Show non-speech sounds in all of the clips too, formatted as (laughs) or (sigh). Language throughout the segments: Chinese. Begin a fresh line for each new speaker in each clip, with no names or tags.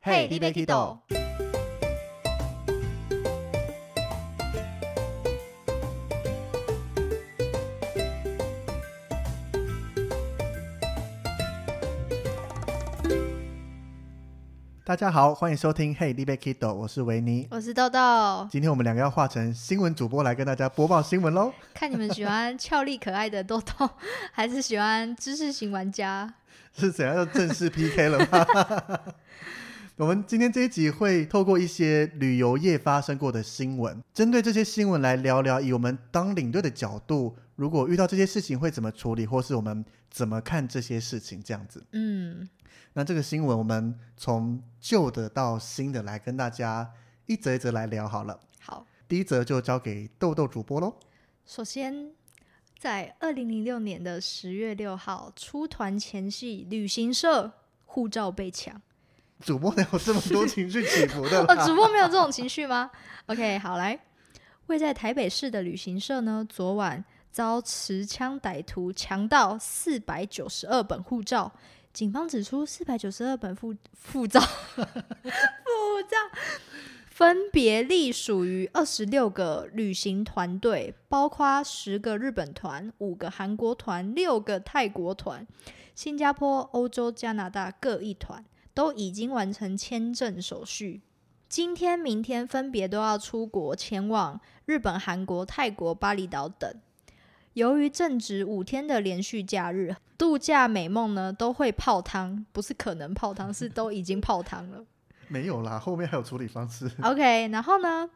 嘿
你要去倒？
大家好，欢迎收听《嘿，立贝 Kido》，我是维尼。
我是豆豆，
今天我们两个要化成新闻主播来跟大家播报新闻喽。
看你们喜欢俏丽可爱的豆豆，还是喜欢知识型玩家？
是怎样要正式 PK 了吗？ (laughs) 我们今天这一集会透过一些旅游业发生过的新闻，针对这些新闻来聊聊，以我们当领队的角度，如果遇到这些事情会怎么处理，或是我们怎么看这些事情这样子。
嗯，
那这个新闻我们从旧的到新的来跟大家一则一则来聊好了。
好。
第一则就交给豆豆主播喽。
首先，在二零零六年的十月六号，出团前夕，旅行社护照被抢。
主播哪有这么多情绪起伏的啦？
哦，主播没有这种情绪吗？OK，好来，位在台北市的旅行社呢，昨晚遭持枪歹徒强盗四百九十二本护照。警方指出，四百九十二本护护照 (laughs) 护照分别隶属于二十六个旅行团队，包括十个日本团、五个韩国团、六个泰国团、新加坡、欧洲、加拿大各一团。都已经完成签证手续，今天、明天分别都要出国前往日本、韩国、泰国、巴厘岛等。由于正值五天的连续假日，度假美梦呢都会泡汤，不是可能泡汤，是都已经泡汤了。
没有啦，后面还有处理方式。
(laughs) OK，然后呢，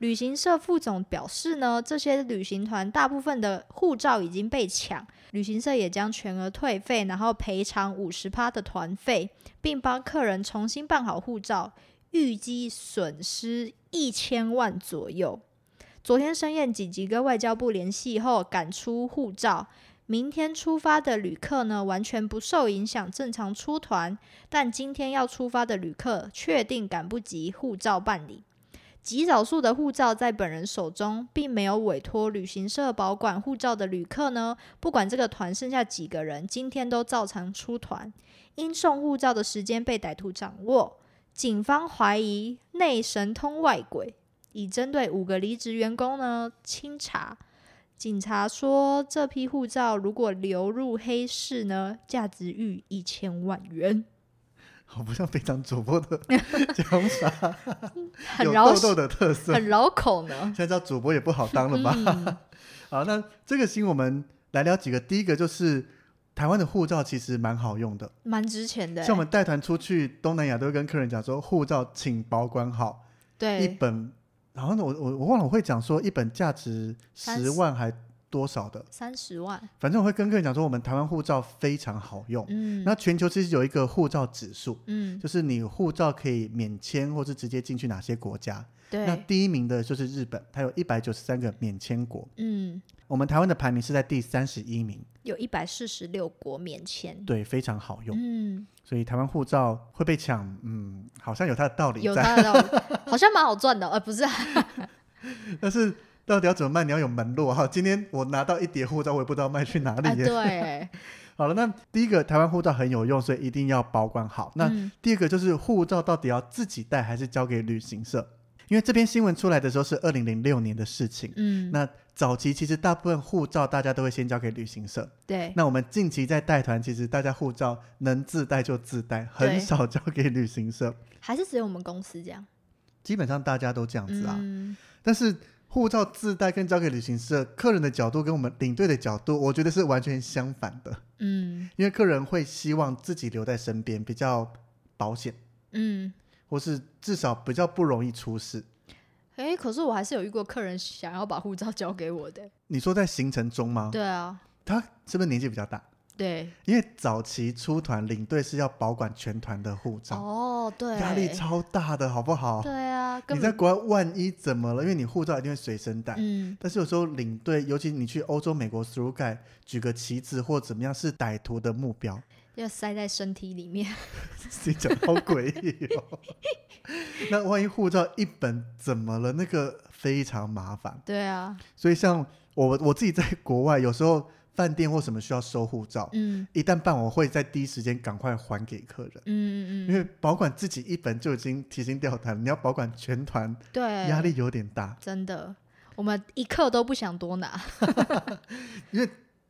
旅行社副总表示呢，这些旅行团大部分的护照已经被抢，旅行社也将全额退费，然后赔偿五十趴的团费，并帮客人重新办好护照，预计损失一千万左右。昨天深夜，几集跟外交部联系后赶出护照。明天出发的旅客呢，完全不受影响，正常出团。但今天要出发的旅客确定赶不及护照办理。极少数的护照在本人手中，并没有委托旅行社保管护照的旅客呢，不管这个团剩下几个人，今天都照常出团。因送护照的时间被歹徒掌握，警方怀疑内神通外鬼，已针对五个离职员工呢清查。警察说，这批护照如果流入黑市呢，价值逾一千万元。
好不像非常主播的 (laughs) 讲法，
(laughs) 很
有
绕
豆豆的特色。
很绕口呢。
(laughs) 现在叫主播也不好当了吧？
嗯，
好，那这个新闻我们来聊几个。第一个就是台湾的护照其实蛮好用的，
蛮值钱的
(laughs)
欸。
像我们带团出去东南亚都会跟客人讲说，护照请保管好，一
欸对
本好像我我我忘了我会讲说一本价值十万还多少的，
三十万，
反正我会跟客人讲说，我们台湾护照非常好用。
嗯
那全球其实有一个护照指数，
嗯，
就是你护照可以免签或是直接进去哪些国家。那
对，
第一名的就是日本，它有一百九十三个免签国。
嗯，
我们台湾的排名是在第三十一名，
有一百四十六国免签，
对，非常好用。
嗯，
所以台湾护照会被抢，嗯，好像有它的道理
有
在。
他
(laughs)
的道理，好像蛮好赚的，呃，不是啊，
但是到底要怎么卖？你要有门路啊哈。今天我拿到一叠护照，我也不知道卖去哪
哎，
里耶。
对，
好了，那第一个台湾护照很有用，所以一定要保管好。 (laughs) 那
嗯
第二个就是护照到底要自己带还是交给旅行社？因为这篇新闻出来的时候是二零零六年的事情。
嗯，
那早期其实大部分护照大家都会先交给旅行社。
对，
那我们近期在带团，其实大家护照能自带就自带，很少交给旅行社。
还是只有我们公司这样，
基本上大家都这样子啊。
嗯，
但是护照自带跟交给旅行社，客人的角度跟我们领队的角度，我觉得是完全相反的。
嗯
因为客人会希望自己留在身边，比较保险，
嗯，
或是至少比较不容易出事。
哎，可是我还是有遇过客人想要把护照交给我的，
你说在行程中吗？
对啊，
他是不是年纪比较大？
对，
因为早期出团领队是要保管全团的护照，
哦，对，
啊压力超大的，好不好？
对啊，
你
根
在
本，
国外万一怎么了？因为你护照一定会随身带。
嗯，
但是有时候领队，尤其你去欧洲、美国 through guide 举个旗子或怎么样，是歹徒的目标。 (laughs)
要塞在身体里面，
你讲好诡异哦。 (laughs) 那万一护照一本怎么了？那个非常麻烦。
对啊，
所以像我我自己在国外，有时候饭店或什么需要收护照，
嗯
一旦办完会在第一时间赶快还给客人。
嗯嗯
因
嗯，
为保管自己一本就已经提心吊胆，你要保管全团，
对，
压力有点大。
真的，我们一刻都不想多拿。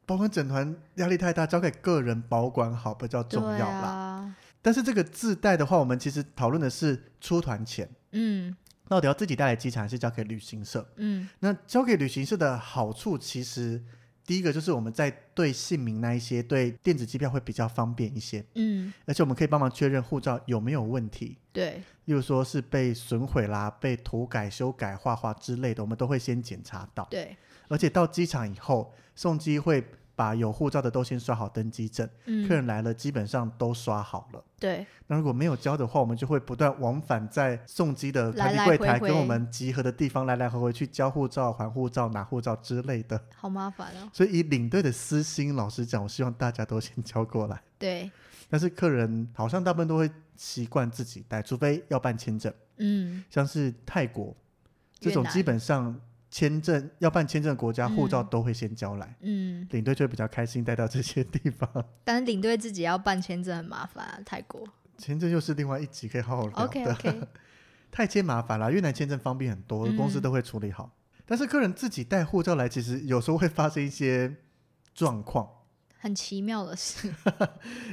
保管整团压力太大，交给个人保管好比较重
对
要啦。
啊，
但是这个自带的话，我们其实讨论的是出团前
嗯
到底要自己带来机场，还是交给旅行社？
嗯
那交给旅行社的好处，其实第一个就是我们在对姓名那一些对电子机票会比较方便一些，
嗯，
而且我们可以帮忙确认护照有没有问题，
对，
例如说是被损毁啦、被涂改、修改、画画之类的，我们都会先检查到。
对，
而且到机场以后，送机会把有护照的都先刷好登机证，客
嗯
人来了基本上都刷好了。
对，
那如果没有交的话，我们就会不断往返在送机的团
来
体
来
柜
回
台
回
跟我们集合的地方来来回回去交护照、还护照、拿护照之类的。
好麻烦哦。
所以以领队的私心，老实讲，我希望大家都先 (laughs) 交过来。
对，
但是客人好像大部分都会习惯自己带，除非要办签证，
嗯，
像是泰国这
越
种
南
基本上签证要办签证的国家，护照
嗯
都会先交来。
嗯，
领队就会比较开心带到这些地方。 (laughs)
但是领队自己要办签证很麻烦、啊，泰国。
签证又是另外一集可以好好聊
OK
的。 (laughs)
OK，
泰签麻烦啦，越南签证方便很多，
嗯
公司都会处理好。但是客人自己带护照来，其实有时候会发生一些状况，
很奇妙的事。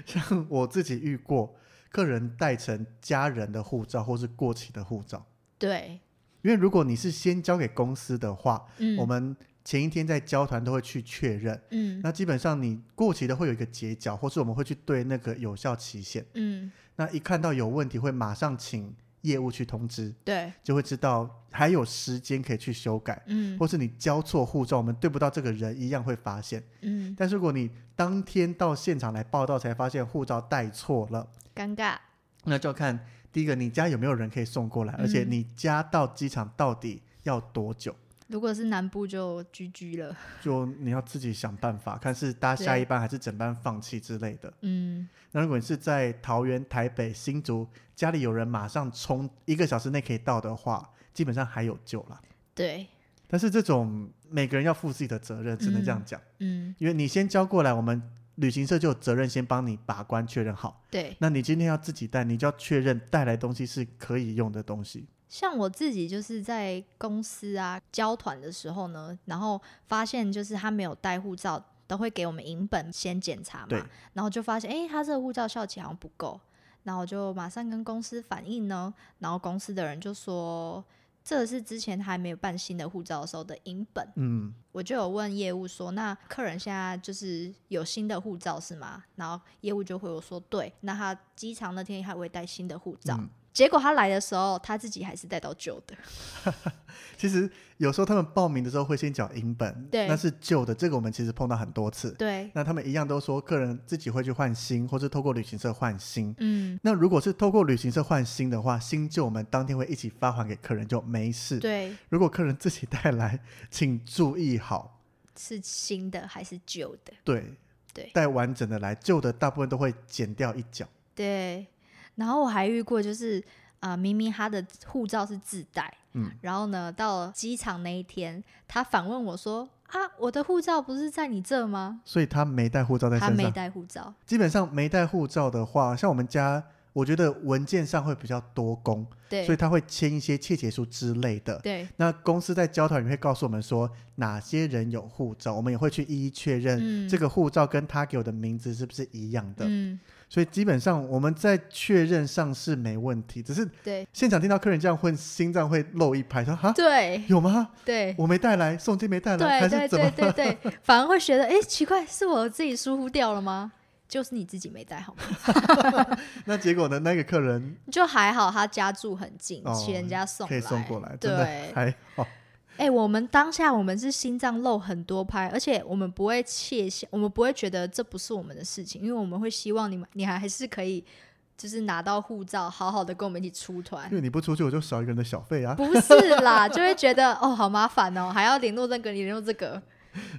像我自己遇过，客人带成家人的护照或是过期的护照，
对，
因为如果你是先交给公司的话，
嗯，
我们前一天在交团都会去确认。
嗯
那基本上你过期的会有一个结角，或是我们会去对那个有效期限。
嗯，
那一看到有问题，会马上请业务去通知，
对，
就会知道还有时间可以去修改，
嗯
或是你交错护照，我们对不到这个人一样会发现。
嗯，
但是如果你当天到现场来报道才发现护照带错了，
尴尬。
那就要看第一个你家有没有人可以送过来，而且
嗯
你家到机场到底要多久，
如果是南部就 GG 了。
就你要自己想办法，看是搭下
对
一班还是整班放弃之类的。
嗯，
那如果你是在桃园、台北、新竹，家里有人马上冲一个小时内可以到的话，基本上还有救啦。
对，
但是这种每个人要负自己的责任，只能这样讲，
嗯
因为你先交过来，我们旅行社就有责任先帮你把关确认好。
对。
那你今天要自己带，你就要确认带来东西是可以用的东西。
像我自己就是在公司啊交团的时候呢，然后发现就是他没有带护照，都会给我们影本先检查
对
嘛，然后就发现哎、诶他这个护照效期好像不够，然后就马上跟公司反映呢，然后公司的人就说。这是之前还没有办新的护照的时候的影本，
嗯，
我就有问业务说，那客人现在就是有新的护照是吗？然后业务就回我说，对，那他机场那天还会带新的护照。
嗯
结果他来的时候，他自己还是带到旧的。
其实有时候他们报名的时候会先缴银本，
对
那是旧的，这个我们其实碰到很多次。
对，
那他们一样都说客人自己会去换新，或是透过旅行社换新。
嗯，
那如果是透过旅行社换新的话，新旧我们当天会一起发还给客人，就没事。
对，
如果客人自己带来，请注意好，
是新的还是旧的？
对
对
带完整的来，旧的大部分都会剪掉一角。
对。然后我还遇过，就是啊、呃明明他的护照是自带，
嗯，
然后呢，到了机场那一天，他反问我说：“啊，我的护照不是在你这吗
所以他没带护照？”在
他
身
没
上，
带护照，
基本上没带护照的话，像我们家，我觉得文件上会比较多工，所以
对，
他会签一些切结书之类的。
对，
那公司在交团也会告诉我们说哪些人有护照，我们也会去一一确认
嗯，
这个护照跟他给我的名字是不是一样的。
嗯，
所以基本上我们在确认上是没问题，只是
对，
现场听到客人这样混，心脏会漏一拍，说哈
对，
有吗？
对。
啊我没带来，送机没带来，
哎
还
对
是
对
怎么
对？对对， (laughs) 反而会觉得，哎、奇怪，是我自己疏忽掉了吗？就是你自己没带好吗？
(laughs) 那结果呢？那个客人
就还好，他家住很近，
哦
请人家送
可以送过来，真的
对，
还好。
哎、我们当下我们是心脏漏很多拍，而且我们不会窃喜，我们不会觉得这不是我们的事情，因为我们会希望你们，你还还是可以，就是拿到护照，好好的跟我们一起出团
因。为你不出去，我就少一个人的小费啊。
不是啦，就会觉得哦，好麻烦哦，还要联络那个，联络这个，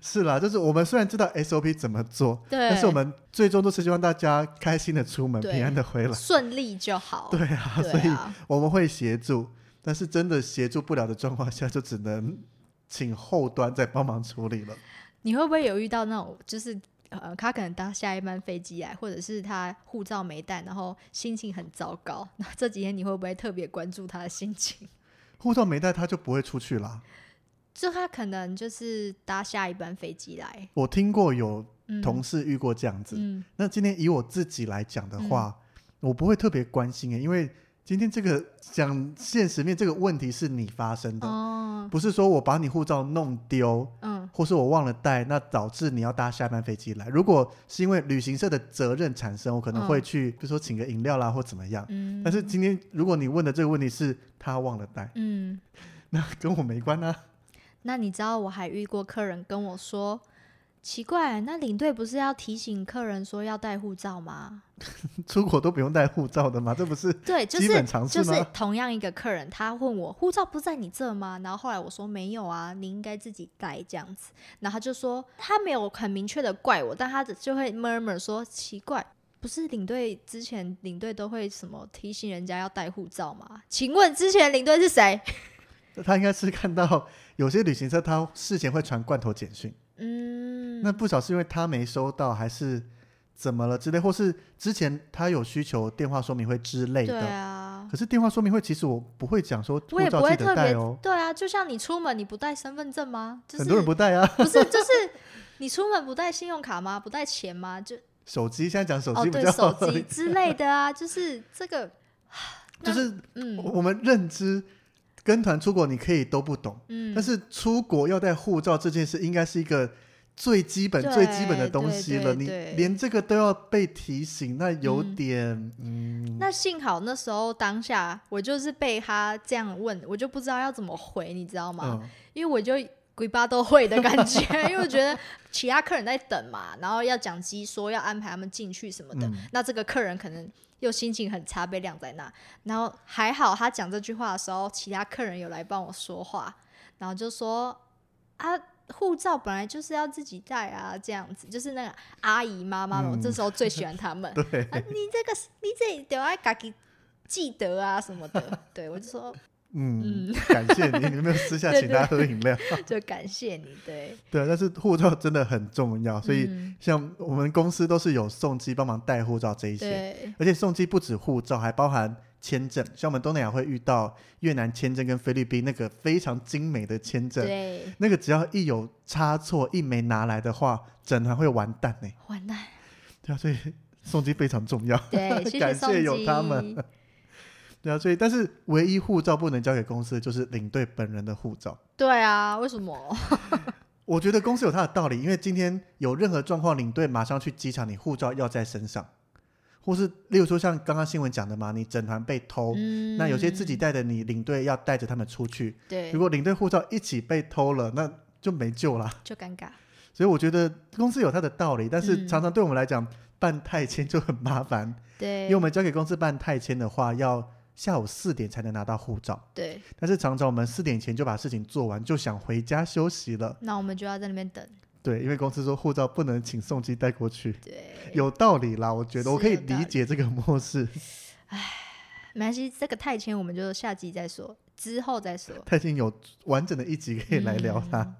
是啦，就是我们虽然知道 SOP 怎么做，
对，
但是我们最终都是希望大家开心的出门，
对
平安的回来。
顺利就好。
对啊，(laughs)
对
所以
啊，
我们会协助，但是真的协助不了的状况下，就只能请后端再帮忙处理了。
你会不会有遇到那种，就是呃，他可能搭下一班飞机来，或者是他护照没带，然后心情很糟糕。 (laughs) 那这几天你会不会特别关注他的
(laughs)
心情？
护照没带，他就不会出去啦。
就他可能就是搭下一班飞机来，
我听过有
嗯，
同事遇过这样子。
嗯
那今天以我自己来讲的话，我不会特别关心诶，因为今天这个讲现实面这个问题是你发生的，
哦
不是说我把你护照弄丢，
嗯
或是我忘了带，那导致你要搭下班飞机来。如果是因为旅行社的责任产生，我可能会去，比如说请个饮料啦或怎么样。
嗯，
但是今天如果你问的这个问题是他忘了带， (laughs)
嗯，
那跟我没关啊。
那你知道我还遇过客人跟我说，奇怪，那领队不是要提醒客人说要带护照吗？
出国都不用带护照的嘛，这不是
对，就
基
是
本常识
就
吗？
是同样一个客人，他问我护照不在你这吗？然后后来我说没有啊，你应该自己带这样子。然后他就说他没有很明确的怪我，但他就会 murmur 说奇怪，不是领队之前领队都会什么提醒人家要带护照吗？请问之前领队是谁？
他应该是看到有些旅行社他事前会传罐头简讯，
嗯，
那不晓得是因为他没收到还是怎么了之类，或是之前他有需求电话说明会之类
对
的。
啊。
可是电话说明会其实我不会讲说护
我也不
照记
会特
得
别
带哦，
对啊，就像你出门你不带身份证吗？就是
很多人不带啊。
不是就是你出门不带信用卡吗？不带钱吗？就
手机现在讲手
哦，
机比
对
较
手
好，
机之类的啊， (laughs) 就是这个，那
就是
嗯
我们认知跟团出国你可以都不懂，
嗯，
但是出国要带护照这件事应该是一个。最基本
对
最基本的东西了，
对对
你
对
连这个都要被提醒，那有点嗯
那幸好那时候当下我就是被他这样问，我就不知道要怎么回，你知道吗？
嗯
因为我就。鬼巴都会的感觉，因为我觉得其他客人在等嘛，然后要讲机说要安排他们进去什么的，
嗯
那这个客人可能又心情很差，被晾在那。然后还好他讲这句话的时候，其他客人有来帮我说话，然后就说啊，护照本来就是要自己带啊，这样子就是那个阿姨妈妈们，我
嗯。
这时候最喜欢他
(laughs)
们
对，
(laughs) 啊，你这个你这得要自己记得啊什么的，对我就说 (laughs)
嗯，感谢你，你有没有私下
对
请他喝饮料？
就感谢你，对，
对，但是护照真的很重要，所以
嗯
像我们公司都是有送机帮忙带护照这一些，
对，
而且送机不止护照，还包含签证。像我们东南亚会遇到越南签证跟菲律宾那个非常精美的签证，
对，
那个只要一有差错，一没拿来的话，整团会完蛋呢、
完蛋，
对啊，所以 (laughs) 送机非常重要。 (laughs)
对，谢
感谢
宋
有他们 (laughs)
基，
对啊，所以但是唯一护照不能交给公司的就是领队本人的护照。
对啊，为什么？
我觉得公司有它的道理，因为今天有任何状况，领队马上去机场，你护照要在身上，或是例如说像刚刚新闻讲的嘛，你整团被偷，
嗯
哦那有些自己带的你领队要带着他们出去，
对
如，果领队护照一起被偷了，那就没救啦。
就尴尬，
(laughs) 所以我觉得公司有它的道理，但是
嗯
常常对我们来讲办泰签就很麻烦，
对
因为我，们交给公司办泰签的话，要下午四点才能拿到护照，
对，
但是常常我们四点前就把事情做完，就想回家休息了。
那我们就要在那边等，
对，因为公司说护照不能请送机带过去，
对，
有道理啦，我觉
是
得我可以
有道
理解这个模式。
没关系，这个太签我们就下集再说，之后再说，
他已经有完整的一集可以来聊它。
嗯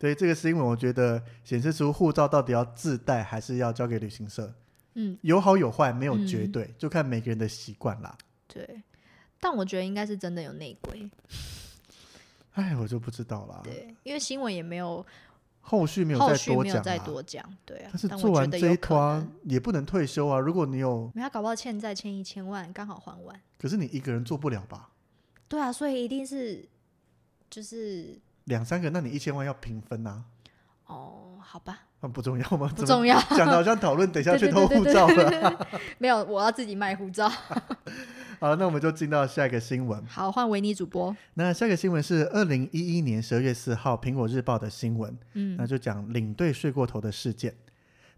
对，这个新闻我觉得显示出护照到底要自带还是要交给旅行社，
嗯，
有好有坏，没有绝
嗯
对，就看每个人的习惯啦。
对，但我觉得应该是真的有内鬼，
哎，我就不知道啦，
对，因为新闻也没有，
后续没有
后
再
续
多
没有
讲
再
啦。
多讲，对啊，
但是
但
做
我觉
完
得
这
有
一
可能
团。也不能退休啊，如果你有，
没有他搞不好欠债欠一千万，刚好还完。
可是你一个人做不了吧？
对啊，所以一定是就是
两三个，那你一千万要平分啊，
哦，好吧，
那不重要吗？怎
不
么
重要，
(laughs) 讲的好像讨论等一下
对
去
对
偷
对
护
对
照
对
了。
(laughs) 对对没有，我要自己卖护照。 (laughs)
好，那我们就进到下一个新闻。
好，换维尼主播，
那下一个新闻是二零一一年十二月四号《苹果日报》的新闻，
嗯
那就讲领队睡过头的事件。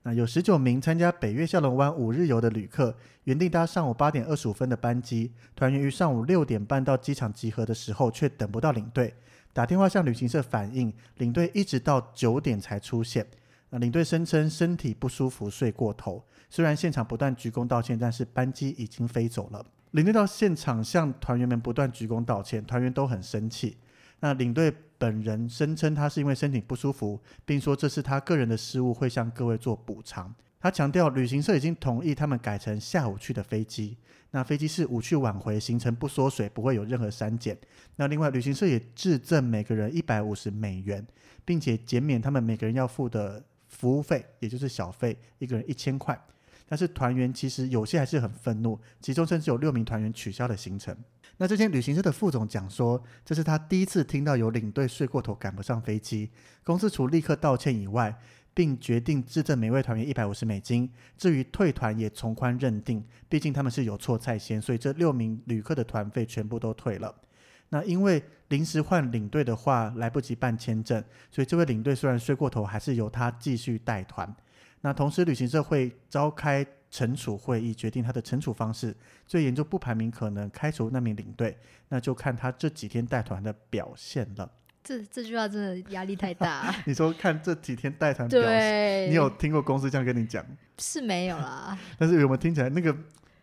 那有十九名参加北越下龙湾五日游的旅客，原定搭上午八点二十五分的班机，团员于上午六点半到机场集合的时候，却等不到领队，打电话向旅行社反映，领队一直到九点才出现。那领队声称身体不舒服，睡过头。虽然现场不断鞠躬道歉，但是班机已经飞走了。领队到现场向团员们不断鞠躬道歉，团员都很生气。那领队本人声称他是因为身体不舒服，并说这是他个人的失误，会向各位做补偿。他强调，旅行社已经同意他们改成下午去的飞机。那飞机是午去晚回，行程不缩水，不会有任何删减。那另外，旅行社也质赠每个人一百五十美元，并且减免他们每个人要付的服务费，也就是小费，一个人一千块。但是团员其实有些还是很愤怒，其中甚至有六名团员取消了行程。那这间旅行社的副总讲说，这是他第一次听到有领队睡过头赶不上飞机。公司除立刻道歉以外，并决定质证每位团员一百五十美金。至于退团也从宽认定，毕竟他们是有错在先，所以这六名旅客的团费全部都退了。那因为临时换领队的话，来不及办签证，所以这位领队虽然睡过头，还是由他继续带团。那同时，旅行社会召开惩处会议，决定他的惩处方式。最严重不排名，可能开除那名领队，那就看他这几天带团的表现了。。
这这句话真的压力太大、啊
(laughs)
(laughs)
你说看这几天带团表现，
对，
你有听过公司这样跟你讲？
是没
(laughs)
有啦？
但是我们听起来那个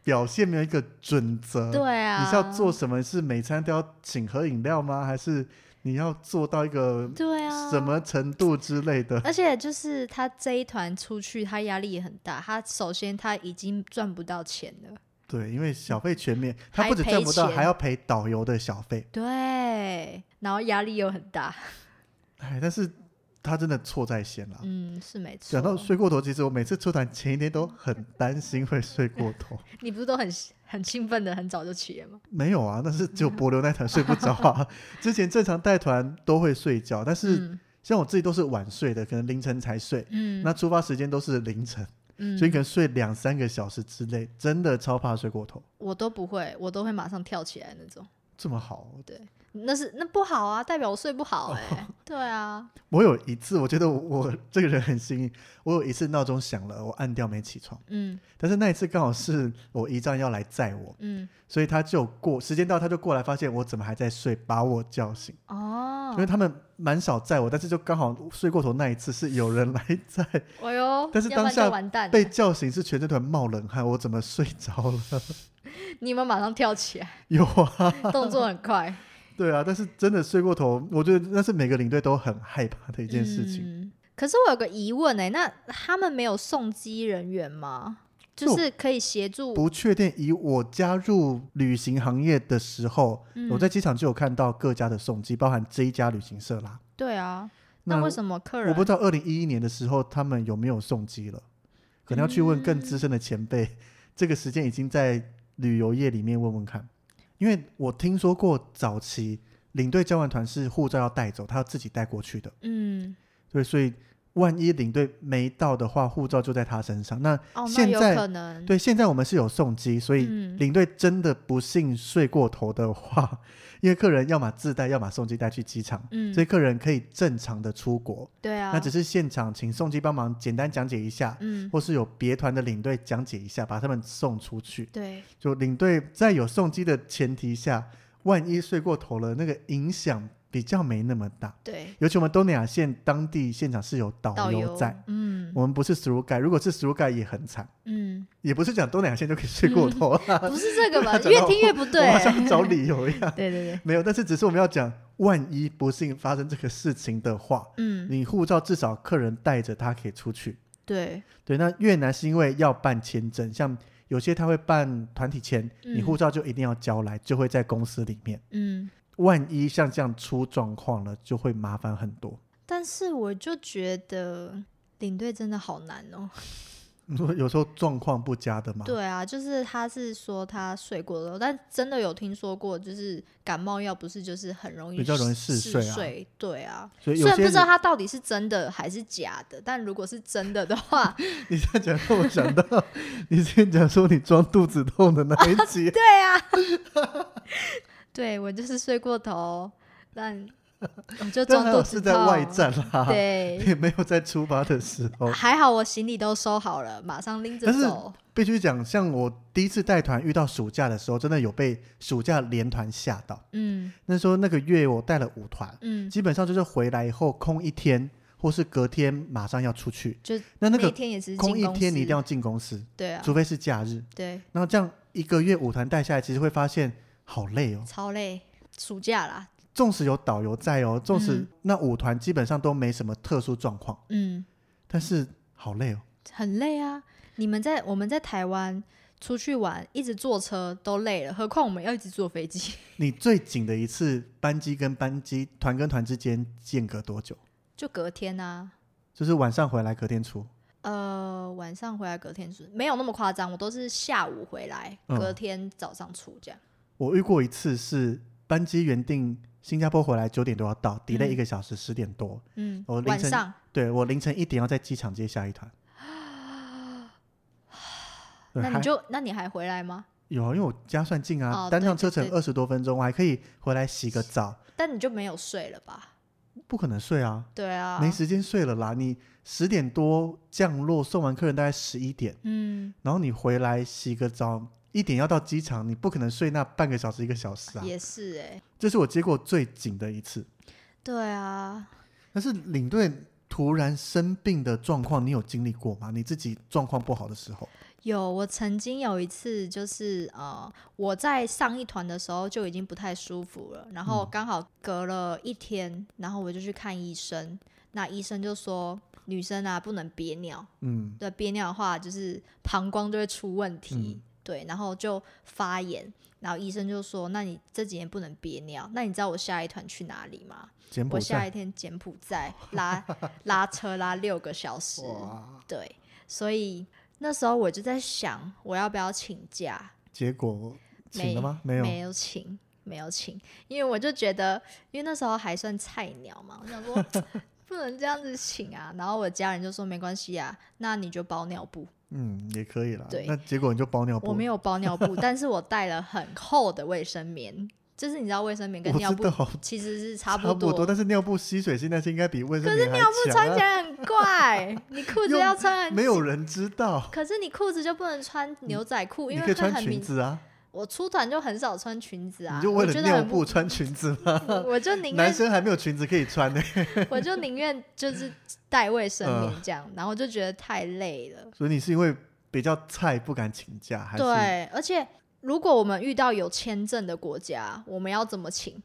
表现没有一个准则。
对啊，
呃你是要做什么？是每餐都要请喝饮料吗？还是你要做到一个
对啊
什么 (laughs) 程度之类的？
而且就是他这一团出去，他压力也很大。他首先他已经赚不到钱了，
对，因为小费全面，他
还
不止赚
赔
不到，
钱
还要赔导游的小费。
对，然后压力又很大，
啊哎，但是他真的错在先啦。
嗯，是没错
讲。到睡过头，其实我每次出团前一天都很担心会睡过头。
你不是都很很兴奋的，很早就起了吗？
没有啊，但是只有
嗯
柏流那团睡不着
(laughs)
啊。之前正常带团都会睡觉，但是
嗯
像我自己都是晚睡的，可能凌晨才睡。
嗯
那出发时间都是凌晨，
嗯
所以可能睡两三个小时之内，真的超怕睡过头。
我都不会，我都会马上跳起来那种。
这么好，
那是那不好啊，代表我睡不
哦
好哎、对啊，
我有一次，我觉得我我这个人很幸运，我有一次闹钟响了，我按掉没起床，
嗯
但是那一次刚好是我姨丈要来载我，
嗯，
所以他就过时间到，他就过来发现我怎么还在睡，把我叫醒。
哦
因为，他们蛮少载我，但是就刚好睡过头那一次是有人来
(laughs)
载，
哎呦，
但是
要不
当
然
下
就完蛋了，
被叫醒是全身团冒冷汗，我怎么睡着了？
你们马上跳起来，
有啊，
(laughs) 动作很快，
对啊，但是真的睡过头，我觉得那是每个领队都很害怕的一件事情。
嗯可是我有个疑问哎、那他们没有送机人员吗？就是可以协助，
不确定，以我加入旅行行业的时候，
嗯
我在机场就有看到各家的送机，包含这一家旅行社啦。
对啊，那为什么客人
我不知道二零一一年的时候他们有没有送机了，可能要去问更资深的前辈。
嗯
这个时间已经在旅游业里面问问看，因为我听说过早期领队交完团是护照要带走，他要自己带过去的，
嗯，
对，所以万一领队没到的话，护照就在他身上。那
哦，那
现
有
在
可能，
对，现在我们是有送机，所以
嗯
领队真的不幸睡过头的话， (laughs) 因为客人要么自带，要么送机带去机场，
嗯
所，以客人可以正常的出国。
对啊，
那只是现场请送机帮忙简单讲解一下，
嗯，
或是有别团的领队讲解一下，把他们送出去。
对，
就领队在有送机的前提下，万一睡过头了，那个影响比较没那么大。
对，
尤其我们东南亚县当地现场是有导
导
游在，，
嗯
我们不是 through guide，如果是 through guide 也很惨，
嗯，
也不是讲东南亚县就可以睡过头
(laughs)
了，
不是
(laughs)
这个吧？
讲到
越听越不对
我，好像找理由一样。
对对对，
没有，但是只是我们要讲，万一不幸发生这个事情的话，
嗯，
你护照至少客人带着他可以出去。
对，
对，那越南是因为要办签证，像有些他会办团体签，你
嗯
护照就一定要交来，就会在公司里面。
嗯。
万一像这样出状况了，就会麻烦很多。
但是我就觉得领队真的好难哦。
你说嗯有时候状况不佳的嘛，
(laughs) 对啊，就是他是说他睡过头，但真的有听说过，就是感冒药不是就是很容易
比较容易
嗜
嗜睡啊
对啊。
所以
虽
有
然不
些
知道
人
它到底是真的还是假的，但如果是真的的话， (laughs)
你 (laughs) 这样讲让我想到你之前讲说你装肚子痛的那一集，
(laughs) 对啊，对我就是睡过头，但我就
但
装
还
肚
好
子
是
痛。
在外站啊啦，
对，
(laughs) 也没有在出发的时候。
还好我行李都收好了，马上拎着
但是
走。
必须讲，像我第一次带团遇到暑假的时候，真的有被暑假连团吓到。
嗯
那时候那个月我带了五团，
嗯，
基本上就是回来以后空一天，或是隔天马上要出去。
就
那那
一
个
天也是进
空一
公
天你一定
司
要进公司，
对啊，
除非是假日。
对，
然后这样一个月五团带下来，其实会发现好累哦。
超累，暑假啦，
纵使有导游在哦，纵使
嗯
那舞团基本上都没什么特殊状况，
嗯，
但是好累哦。
很累啊。你们在我们在台湾出去玩，一直坐车都累了，何况我们要一直坐飞机。 (laughs)
你最紧的一次班机跟班机、团跟团之间间隔多久？
就隔天啊，
就是晚上回来隔天出，
呃，晚上回来隔天出，没有那么夸张，我都是下午回来，
嗯
隔天早上出这样。
我遇过一次是班机原定新加坡回来九点多要到，delay
嗯
一个小时，十点多。
嗯，
我哦凌
晚
晨
上
对我凌晨一点要在机场接下一
(sighs)
团。对
那你
还
就那你还回来吗？
有啊，因为我家算近啊，
哦
单
对
趟
对
车程
对
二十多分钟，我还可以回来洗个澡，
但你就没有睡了吧？
不可能睡啊，
对啊，
没时间睡了啦。你十点多降落，送完客人大概十一点，
嗯，
然后你回来洗个澡，一点要到机场，你不可能睡那半个小时一个小时啊。
也是哎、
这是我接过最紧的一次。
对啊，
但是领队突然生病的状况，你有经历过吗？你自己状况不好的时候，
有我曾经有一次就是呃，我在上一团的时候就已经不太舒服了，然后刚好隔了一天，然后我就去看医生，那医生就说女生啊不能憋尿，
嗯，
对，憋尿的话就是膀胱就会出问题，
嗯
对，然后就发炎，然后医生就说，那你这几年不能憋尿。那你知道我下一团去哪里吗？
柬埔
我下
寨，
一天柬埔寨拉拉车拉六个小时，
哇，
对，所以那时候我就在想，我要不要请假？
结果请
没
了吗？没有，
没有请，没有请，因为我就觉得，因为那时候还算菜鸟嘛，我想说 (laughs) 不能这样子请啊。然后我家人就说没关系啊，那你就包尿布。
嗯，也可以啦。
对
那结果你就包尿布，
我没有包尿布，但是我带了很厚的卫生棉，就是你知道卫生棉跟
我
尿
知
布
道，
其实是差
差
不多，
但是尿布吸水性那些应该比卫生棉还
不
强
穿起
啊，
来很
(laughs)
怪，你裤子
又
要穿很
没有人知道，
可是你裤子就不能穿牛仔裤，
你
因
可以
为会
穿
很
裙
明。
子啊，
我出团就很少穿裙子啊，
你就为
我
了
觉得
尿
很不
布，穿裙子
(laughs)
吗？
我就宁
男
愿
生还没有裙子可以穿呢、
我就宁愿就是带卫生
嗯
棉这样，然后就觉得太累了。
所以你是因为比较菜不敢请假，还是
对，而且如果我们遇到有签证的国家，我们要怎么请？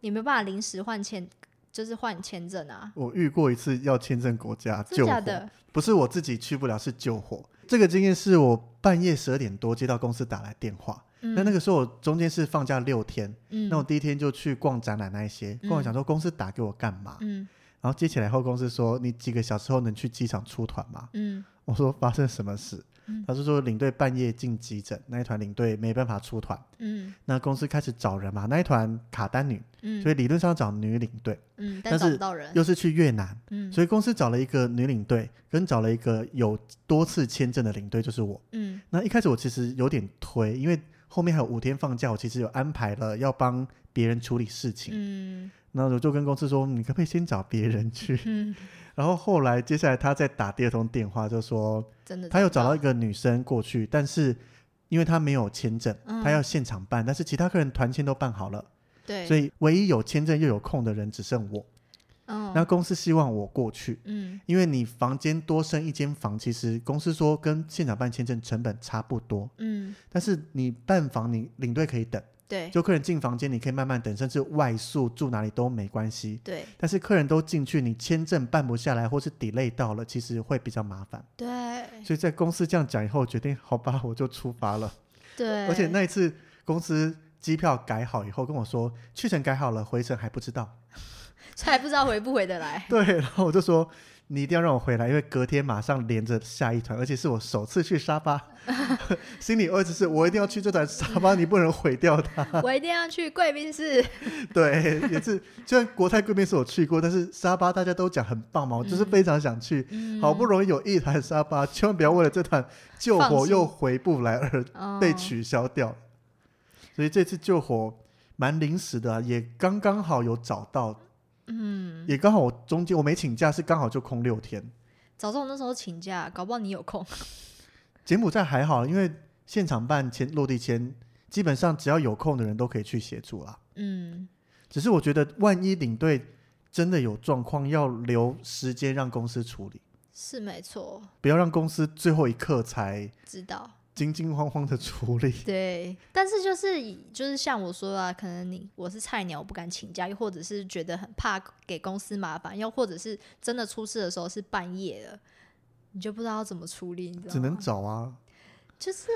你没办法临时换签，就是换签证啊，
我遇过一次要签证国家
真
救
假
火，
的？
不是我自己去不了，是救火。这个经验是我半夜十二点多接到公司打来电话，
嗯
那那个时候我中间是放假六天，
嗯
那我第一天就去逛展览那一些，逛完
嗯
想说公司打给我干嘛，
嗯
然后接起来后公司说你几个小时后能去机场出团吗？
嗯
我说发生什么事
嗯？
他是说领队半夜进急诊，那一团领队没办法出团，
嗯
那公司开始找人嘛，那一团卡丹女，所
嗯
以理论上要找女领队，
嗯，
但
但找
是
不到人，
又是去越南，
嗯
所以公司找了一个女领队，跟找了一个有多次签证的领队，就是我。
嗯
那一开始我其实有点推，因为后面还有五天放假，我其实有安排了要帮别人处理事情。
嗯
那、我就跟公司说，你可不可以先找别人去？ (laughs)
嗯，
然后后来接下来他再打第二通电话，就说
真的，
他有找到一，个女生过去，但是因为他没有签证，
嗯
他要现场办，但是其他客人团签都办好了，
对，
所
以
以唯一有签证又有空的人只剩我。那
嗯
公司希望我过去，
嗯
因为你房间多升一间房，其实公司说跟现场办签证成本差不多，
嗯，
但是你办房你领队可以等，
对
就客人进房间你可以慢慢等，甚至外宿住哪里都没关系。
对
但是客人都进去，你签证办不下来或是 delay 到了，其实会比较麻烦。
对
所以在公司这样讲以后，决定好吧，我就出发了。
对，
而且那一次公司机票改好以后跟我说，去程改好了，回程还不知道。 (laughs)
还不知道回不回得来，
对，然后我就说你一定要让我回来，因为隔天马上连着下一团，而且是我首次去沙巴， (laughs) 心里二直是我一定要去这团沙巴，你不能毁掉它。
我一定要去贵
(laughs)
宾室，
对，也是，虽然国泰贵宾是我去过，但是沙巴大家都讲很棒嘛，我就是非常想去。
嗯
好不容易有一团沙巴，千万不要为了这团救
放
火
弃
又回不来而
哦
被取消掉。所以这次救火蛮临时的啊、也刚刚好有找到，
嗯，
也刚好我中间我没请假，是刚好就空六天。
早知道我那时候请假，搞不好你有
(laughs)
空，
柬埔寨还好，因为现场办签落地签，基本上只要有空的人都可以去协助啦。
嗯，
只是我觉得，万一领队真的有状况，要留时间让公司处理，
是没错，
不要让公司最后一刻才 (laughs)
知道，
惊惊慌慌的处
(laughs)
理。
对，但是就是以就是像我说的、啊，可能你我是菜鸟，我不敢请假，又或者是觉得很怕给公司麻烦，又或者是真的出事的时候是半夜了，你就不知道要怎么处理，你知道吗？
只能找啊，
就是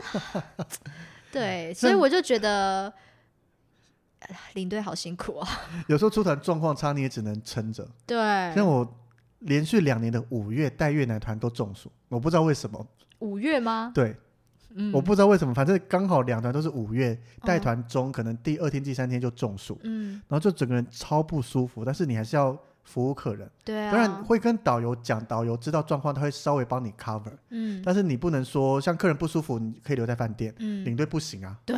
(laughs)
对，所以我就觉得哎领队好
(laughs)
辛苦啊。
有时候出团状况差，你也只能撑着。
对，
像我连续两年的五月带越南团都中暑，我不知道为什么。
五月吗？
对，
嗯，
我不知道为什么，反正刚好两团都是五月，带
嗯
团中可能第二天、第三天就中暑，
嗯，
然后就整个人超不舒服，但是你还是要服务客人。
对啊，
当然会跟导游讲，导游知道状况，他会稍微帮你 cover，
嗯
但是你不能说像客人不舒服，你可以留在饭店，
嗯，
领队不行啊， (laughs)
对，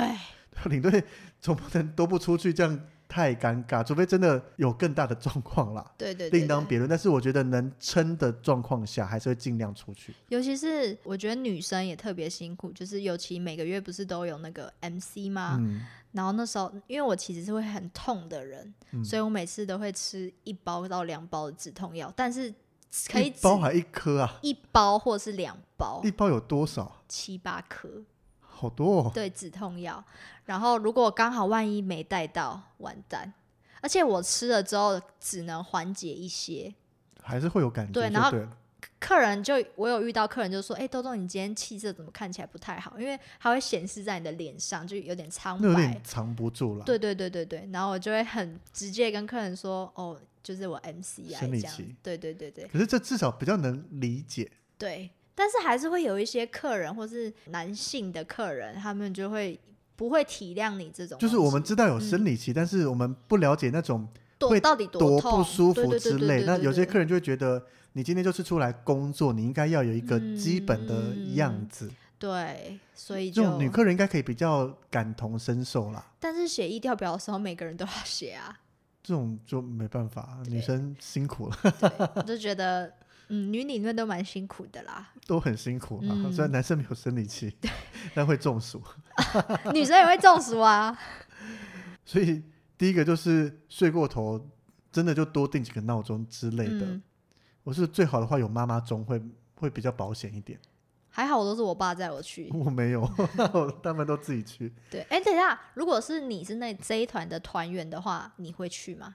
领队总不能都不出去，这样太尴尬，除非真的有更大的状况啦，
对对对，
另当
对
别论。但是我觉得能撑的状况下，还是会尽量出去。
尤其是我觉得女生也特别辛苦，就是尤其每个月不是都有那个 MC 吗？
嗯，
然后那时候因为我其实是会很痛的人，
嗯
所以我每次都会吃一包到两包的止痛药，但是可以哦
一
止
包还一颗啊，
一包或是两包，
一包有多少？
七八颗，
好多、哦。
对止痛药。然后如果刚好万一没带到，完蛋。而且我吃了之后只能缓解一些，
还是会有感觉，
对
就
然后
对了
客人就我有遇到客人就说：“哎、豆豆，你今天气色怎么看起来不太好？因为它会显示在你的脸上，就有点苍
那有
白
点。藏不住了。”
对对对对对，然后我就会很直接跟客人说：“哦，就是我
生
MCI 这
理
样。
期”
对对对对
可是这至少比较能理解，
对，但是还是会有一些客人或是男性的客人，他们就会不会体谅你这种东西，
就是我们知道有
嗯
生理期，但是我们不了解那种
多
会
到底
多
痛
不舒服
对对对
之
对
类。
对
那
对
有些
对
客人就会觉得，你今天就是出来工作，你应该要有一个基本的
嗯
样子。
对，所以
这种
就
女客人应该可以比较感同身受啦。
但是写意调表的时候，每个人都要写啊。
这种就没办法，女生辛苦了， (laughs)
对，我就觉得，嗯，女领队都蛮辛苦的啦，
都很辛苦啦。
嗯
虽然男生没有生理期，但会中暑。
女生也会中
(laughs)
暑啊。
所以第一个就是睡过头，真的就多定几个闹钟之类的。
嗯，
我是最好的话有妈妈钟会会比较保险一点。
还好我都是我爸载我去。
我没有， (laughs) 我他们都自己去。
对，哎、等一下，如果是你是那这一团的团员的话，你会去吗？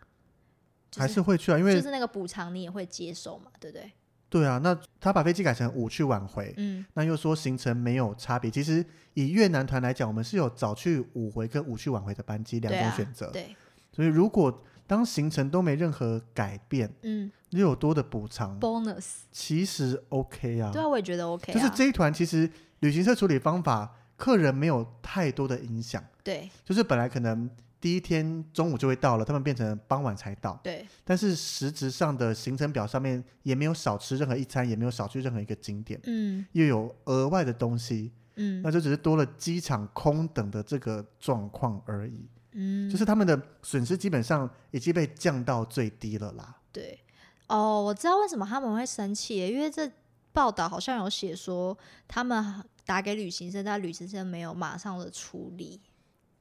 就
还是会去啊，因为、
就是那个补偿你也会接受嘛，对不对？
对啊，那他把飞机改成五去晚回，
嗯
那又说行程没有差别。其实以越南团来讲，我们是有早去五回跟五去晚回的班机两
对啊
种选择，
对，
所以如果当行程都没任何改变，
嗯
又有多的补偿，
，bonus，
其实 OK 啊。
对啊，我也觉得 OK 啊，
就是这一团其实旅行社处理方法，客人没有太多的影响，
对
就是本来可能第一天中午就会到了，他们变成傍晚才到。
对，
但是实质上的行程表上面也没有少吃任何一餐，也没有少去任何一个景点，
嗯
又有额外的东西，
嗯
那就只是多了机场空等的这个状况而已。
嗯，
就是他们的损失基本上已经被降到最低了啦。
对。哦，我知道为什么他们会生气了，因为这报道好像有写说他们打给旅行社，但旅行社没有马上的处理。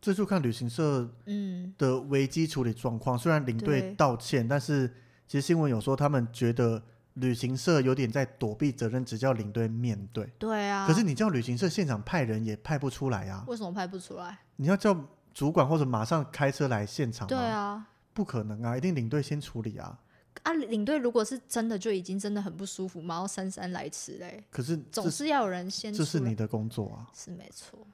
这就看旅行社
嗯，
的危机处理状况。虽然领队
对
道歉，但是其实新闻有说他们觉得旅行社有点在躲避责任，只叫领队面对。
对啊。
可是你叫旅行社现场派人也派不出来啊。
为什么拍不出来？
你要叫主管或者马上开车来现场吗？
对啊，
不可能啊，一定领队先处理啊。
啊，领队如果是真的就已经真的很不舒服，然后姗姗来迟嘞，
可是
总
这
是要有人先出
这
来。
是你的工作啊，
是没错，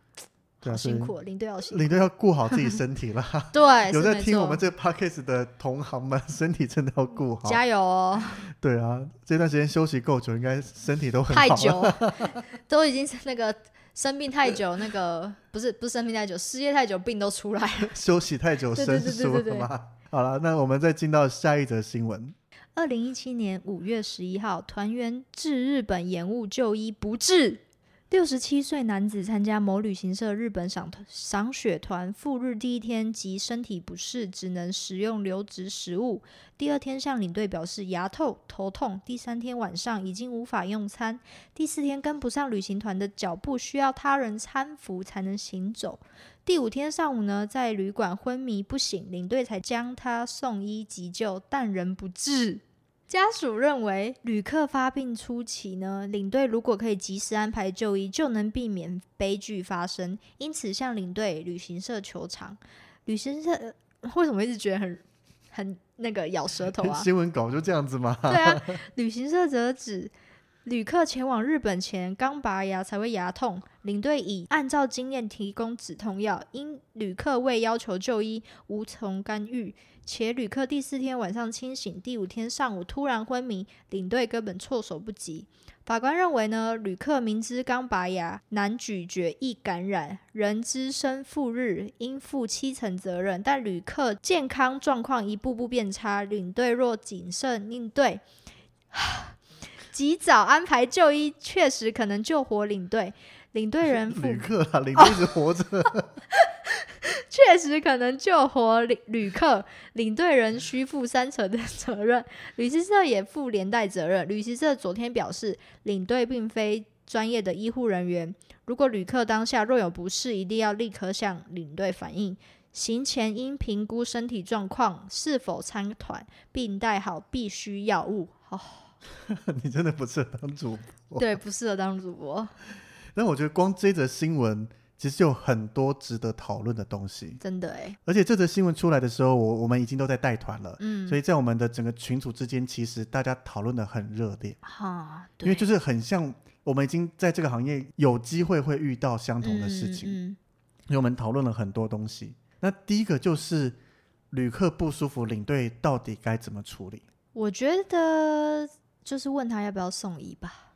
对啊，
好
所以
辛苦哦，领队好辛苦。
领队要顾好自己身
(laughs)
体啦。
对，
有
是
在
没
听我
错
们这 podcast 的同行们， (laughs) 身体真的要顾好。
加油哦，
对啊，这段时间休息够久，应该身体都 (laughs) 很
太
好了。
久都已经是那个生病太久，那个不是不是生病太久，失业太久，病都出来了。
(laughs) 休息太久
对
生
对对
疏
对对
了嘛。好了，那我们再进到下一则新闻。
二零一七年五月十一号，团员至日本延误就医不治。六十七岁男子参加某旅行社日本赏团赏雪团赴日第一天即身体不适，只能食用流质食物。第二天向领队表示牙痛、头痛，第三天晚上已经无法用餐，第四天跟不上旅行团的脚步，需要他人搀扶才能行走。第五天上午呢，在旅馆昏迷不醒，领队才将他送医急救，但仍不治。家属认为，旅客发病初期呢，领队如果可以及时安排就医，就能避免悲剧发生，因此向领队、旅行社求偿。旅行社 (laughs) 呃为什么一直觉得很很那个咬舌头啊？
(laughs) 新闻稿就这样子嘛。
对啊，旅行社则指旅客前往日本前刚拔牙才会牙痛，领队已按照经验提供止痛药，因旅客未要求就医，无从干预。且旅客第四天晚上清醒，第五天上午突然昏迷，领队根本措手不及。法官认为呢，旅客明知刚拔牙难咀嚼易感染，人之生赴日应负七成责任，但旅客健康状况一步步变差，领队若谨慎应对， (sighs) 及早安排就医，确实可能救活领队。领队 (laughs) 人负
旅客啊，领队一直活着，
确实可能救活旅旅客，领队人需负三成的责任，旅行社也负连带责任。旅行社昨天表示，领队并非专业的医护人员，如果旅客当下若有不适，一定要立刻向领队反映。行前应评估身体状况是否参团，并带好必需药物。哦，
你真的不适合当
(laughs)
主播。
对，不适合当主播，
但我觉得光这则新闻其实有很多值得讨论的东西，
真的哎，
而且这则新闻出来的时候，我我们已经都在带团了，
嗯，
所以在我们的整个群组之间，其实大家讨论的很热烈，
哈，
因为就是很像我们已经在这个行业有机会会遇到相同的事情，
嗯嗯嗯
因为我们讨论了很多东西。那第一个就是旅客不舒服，领队到底该怎么处理？
我觉得就是问他要不要送医吧。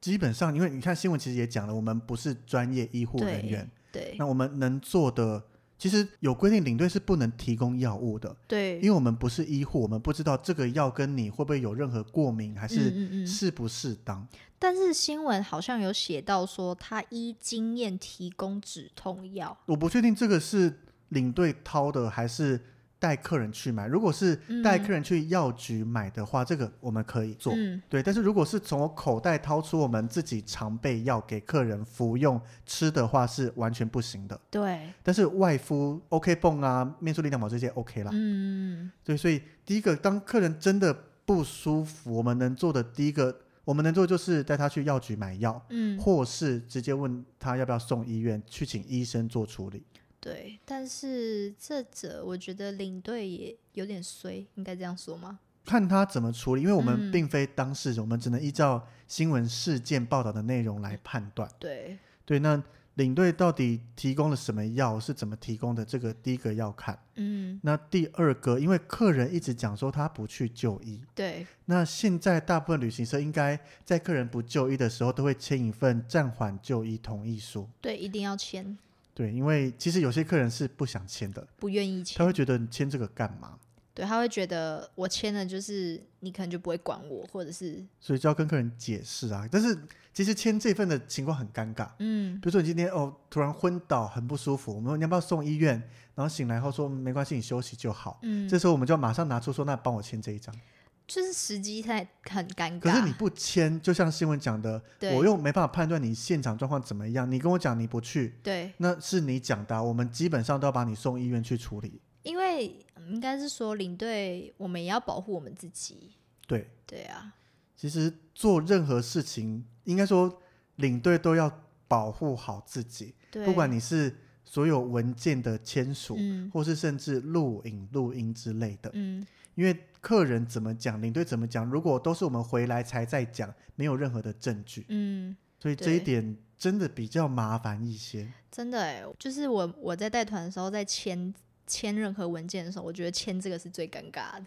基本上，因为你看新闻其实也讲了，我们不是专业医护人员，
对
那我们能做的，其实有规定，领队是不能提供药物的，
对，
因为我们不是医护，我们不知道这个药跟你会不会有任何过敏，还是
嗯嗯嗯。
适不适当。
但是新闻好像有写到说，他依经验提供止痛药。
我不确定这个是领队掏的，还是带客人去买。如果是带客人去药局买的话，这个我们可以做。
嗯，
对，但是如果是从我口袋掏出我们自己常备药给客人服用吃的话，是完全不行的。
对，
但是外敷 OK 泵啊、面速力量宝这些 OK 啦。
嗯，
对，所以第一个，当客人真的不舒服，我们能做的第一个，我们能做就是带他去药局买药，
嗯，
或是直接问他要不要送医院，去请医生做处理。
对。但是这则我觉得领队也有点衰，应该这样说吗？
看他怎么处理，因为我们
嗯
并非当事人，我们只能依照新闻事件报道的内容来判断。
对，
对，那领队到底提供了什么药，是怎么提供的？这个第一个要看。
嗯，
那第二个，因为客人一直讲说他不去就医，
对，
那现在大部分旅行社应该在客人不就医的时候，都会签一份暂缓就医同意书。
对，一定要签，
对，因为其实有些客人是不想签的，
不愿意
他
签。
会觉得你签这个干嘛？
对，他会觉得我签了，就是你可能就不会管我，或者是，
所以就要跟客人解释啊。但是其实签这份的情况很尴尬，
嗯
比，如说你今天哦突然昏倒，很不舒服，我们说你要不要送医院？然后醒来后说嗯没关系，你休息就好。
嗯，
这时候我们就要马上拿出说，那帮我签这一张。
就是时机太很尴尬。
可是你不签，就像新闻讲的，
对
我又没办法判断你现场状况怎么样。你跟我讲你不去，
对，
那是你讲的啊、我们基本上都要把你送医院去处理。
因为嗯应该是说领队，我们也要保护我们自己。
对，
对啊，
其实做任何事情，应该说领队都要保护好自己，
对，
不管你是所有文件的签署，
嗯
或是甚至录影、录音之类的。
嗯，
因为客人怎么讲，领队怎么讲，如果都是我们回来才在讲，没有任何的证据，
嗯，
所以这一
对
点真的比较麻烦一些。
真的哎，就是我我在带团的时候，在签签任何文件的时候，我觉得签这个是最尴尬的，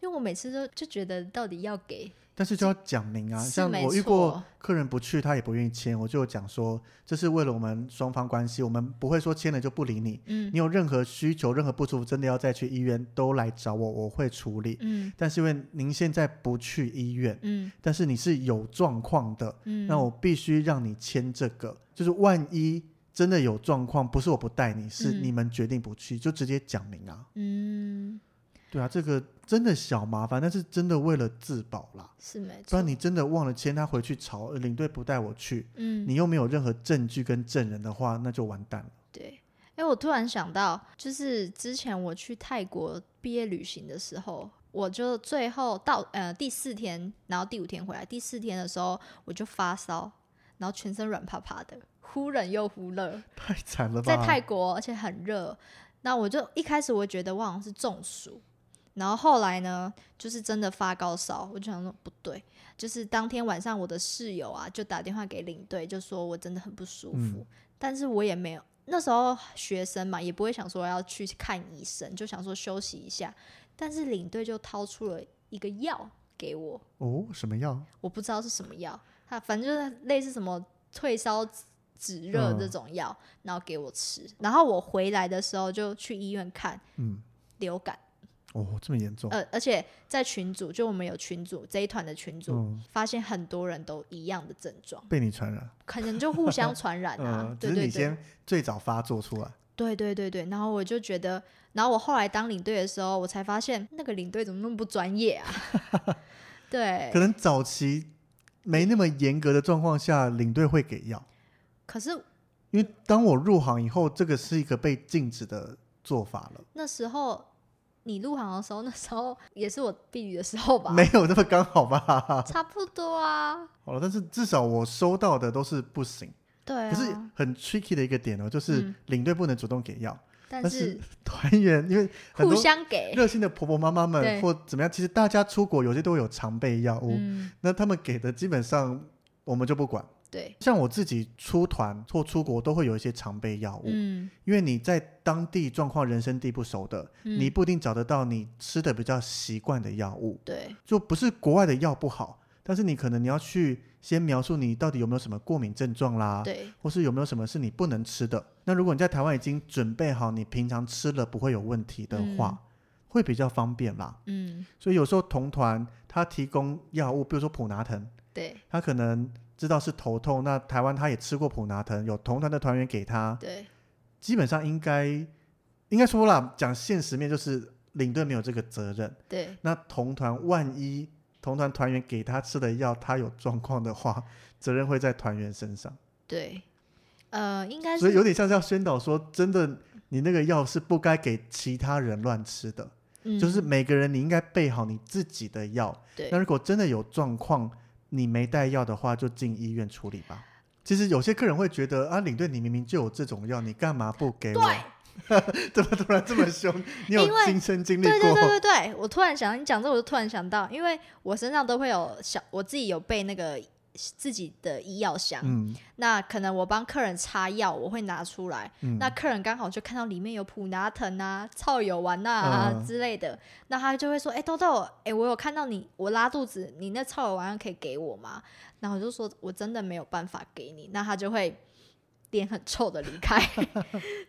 因为我每次都就觉得到底要给
但是就要讲明啊，
是
像
没
我遇过
错
客人不去，他也不愿意签，我就有讲说这是为了我们双方关系，我们不会说签了就不理你。
嗯
你有任何需求、任何不舒服，真的要再去医院都来找我，我会处理。
嗯
但是因为您现在不去医院，
嗯
但是你是有状况的，
嗯，
那我必须让你签这个，就是万一真的有状况，不是我不带你，是
嗯
你们决定不去，就直接讲明啊。
嗯
对啊，这个真的小麻烦，但是真的为了自保啦。
是没
不
错
然，你真的忘了签，他回去吵，呃领队不带我去，
嗯
你又没有任何证据跟证人的话，那就完蛋了。
对，哎，我突然想到，就是之前我去泰国毕业旅行的时候，我就最后到呃第四天，然后第五天回来，第四天的时候我就发烧，然后全身软趴趴的，忽冷又忽热，
太惨了吧？
在泰国，而且很热。那我就一开始我觉得我好像是中暑，然后后来呢，就是真的发高烧，我就想说不对，就是当天晚上我的室友啊就打电话给领队，就说我真的很不舒服，
嗯
但是我也没有。那时候学生嘛，也不会想说要去看医生，就想说休息一下。但是领队就掏出了一个药给我，
哦，什么药？
我不知道是什么药，它反正就是类似什么退烧止止热
嗯
这种药，然后给我吃。然后我回来的时候就去医院看
嗯，
流感，
哦，这么严重？
呃，而且在群组，就我们有群组这一团的群组，
嗯，
发现很多人都一样的症状，
被你传染，
可能就互相传染啊。
嗯，只
对
是
对
你
对。
先最早发作出来，
对对对对，然后我就觉得，然后我后来当领队的时候，我才发现那个领队怎么那么不专业
(laughs)
啊？对，
可能早期没那么严格的状况下，领队会给药，
可是
因为当我入行以后，这个是一个被禁止的做法了，
那时候你入行的时候，那时候也是我避雨的时候吧？
没有那么刚好吧？ (laughs)
差不多啊。
好了，但是至少我收到的都是不行，
对啊，
可是很 tricky 的一个点哦，就是
嗯
领队不能主动给药， (laughs)
但
但是团员因为很
互
多
相给，
热心的婆婆妈妈们
对
或怎么样，其实大家出国有些都会有常备药物，
嗯，
那他们给的基本上我们就不管。
对，
像我自己出团或出国都会有一些常备药物，
嗯，
因为你在当地状况、人生地不熟的，
嗯
你不一定找得到你吃的比较习惯的药物。
对，
就不是国外的药不好，但是你可能你要去先描述你到底有没有什么过敏症状啦，
对，
或是有没有什么是你不能吃的。那如果你在台湾已经准备好你平常吃了不会有问题的话，会比较方便啦。
嗯，
所以有时候同团他提供药物，比如说普拿疼，
对，
他可能知道是头痛，那台湾他也吃过普拿疼，有同团的团员给他，
对，
基本上应该应该说啦，讲现实面就是领队没有这个责任。
对，
那同团万一同团团员给他吃的药，他有状况的
(laughs)
话，责任会在团员身上，
对，呃，应该
所以有
是，
点像是要宣导说，真的，你那个药是不该给其他人乱吃的，
嗯
就是每个人你应该备好你自己的药。
对
那如果真的有状况，你没带药的话，就进医院处理吧。其实有些客人会觉得啊，领队你明明就有这种药，你干嘛不给我？ (laughs) 怎么突然这么凶？你有
因为
亲身经历
对对
过？
对对对，我突然想你讲这，我就突然想到，因为我身上都会有小，我自己有备那个自己的医药箱，
嗯
那可能我帮客人擦药，我会拿出来，
嗯，
那客人刚好就看到里面有普拿疼啊、草友丸啊、
嗯
之类的，那他就会说：“哎、豆豆，哎、我有看到你，我拉肚子，你那草友丸可以给我吗？”然后我就说：“我真的没有办法给你。”那他就会脸很臭的离
(laughs)
开。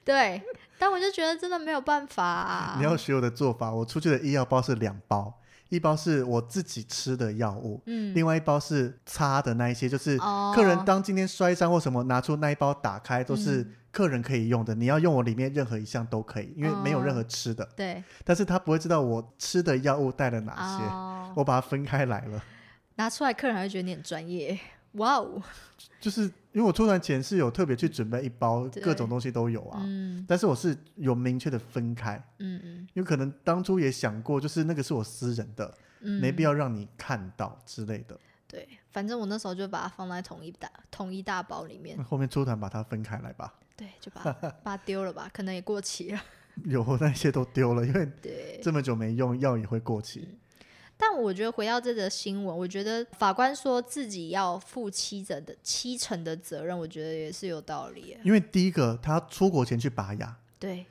对，但我就觉得真的没有办法、啊。
你要学我的做法，我出去的医药包是两包，一包是我自己吃的药物，
嗯，
另外一包是擦的那一些，就是
哦
客人当今天摔伤或什么，拿出那一包打开都是
嗯
客人可以用的，你要用我里面任何一项都可以，因为没有
哦
任何吃的，
对
但是他不会知道我吃的药物带了哪些，
哦，
我把它分开来了。
拿出来客人还会觉得你很专业。哇哦，
就是因为我出团前是有特别去准备一包，
对
各种东西都有啊，
嗯
但是我是有明确的分开，
嗯嗯
因为可能当初也想过，就是那个是我私人的，
嗯，
没必
要。
要让你看到之类的。
对，反正我那时候就把它放在同一大同一大包里 (laughs) 面
那。后面出团把它分开来吧，
对，就把它把它丢了吧，可能也过期了。
有那些都丢了，因为
对，
这么久没用，药也会过期。
但我觉得回到这则新闻，我觉得法官说自己要负七成的七成的责任，我觉得也是有道理耶。
因为第一个，他出国前去拔牙，
对，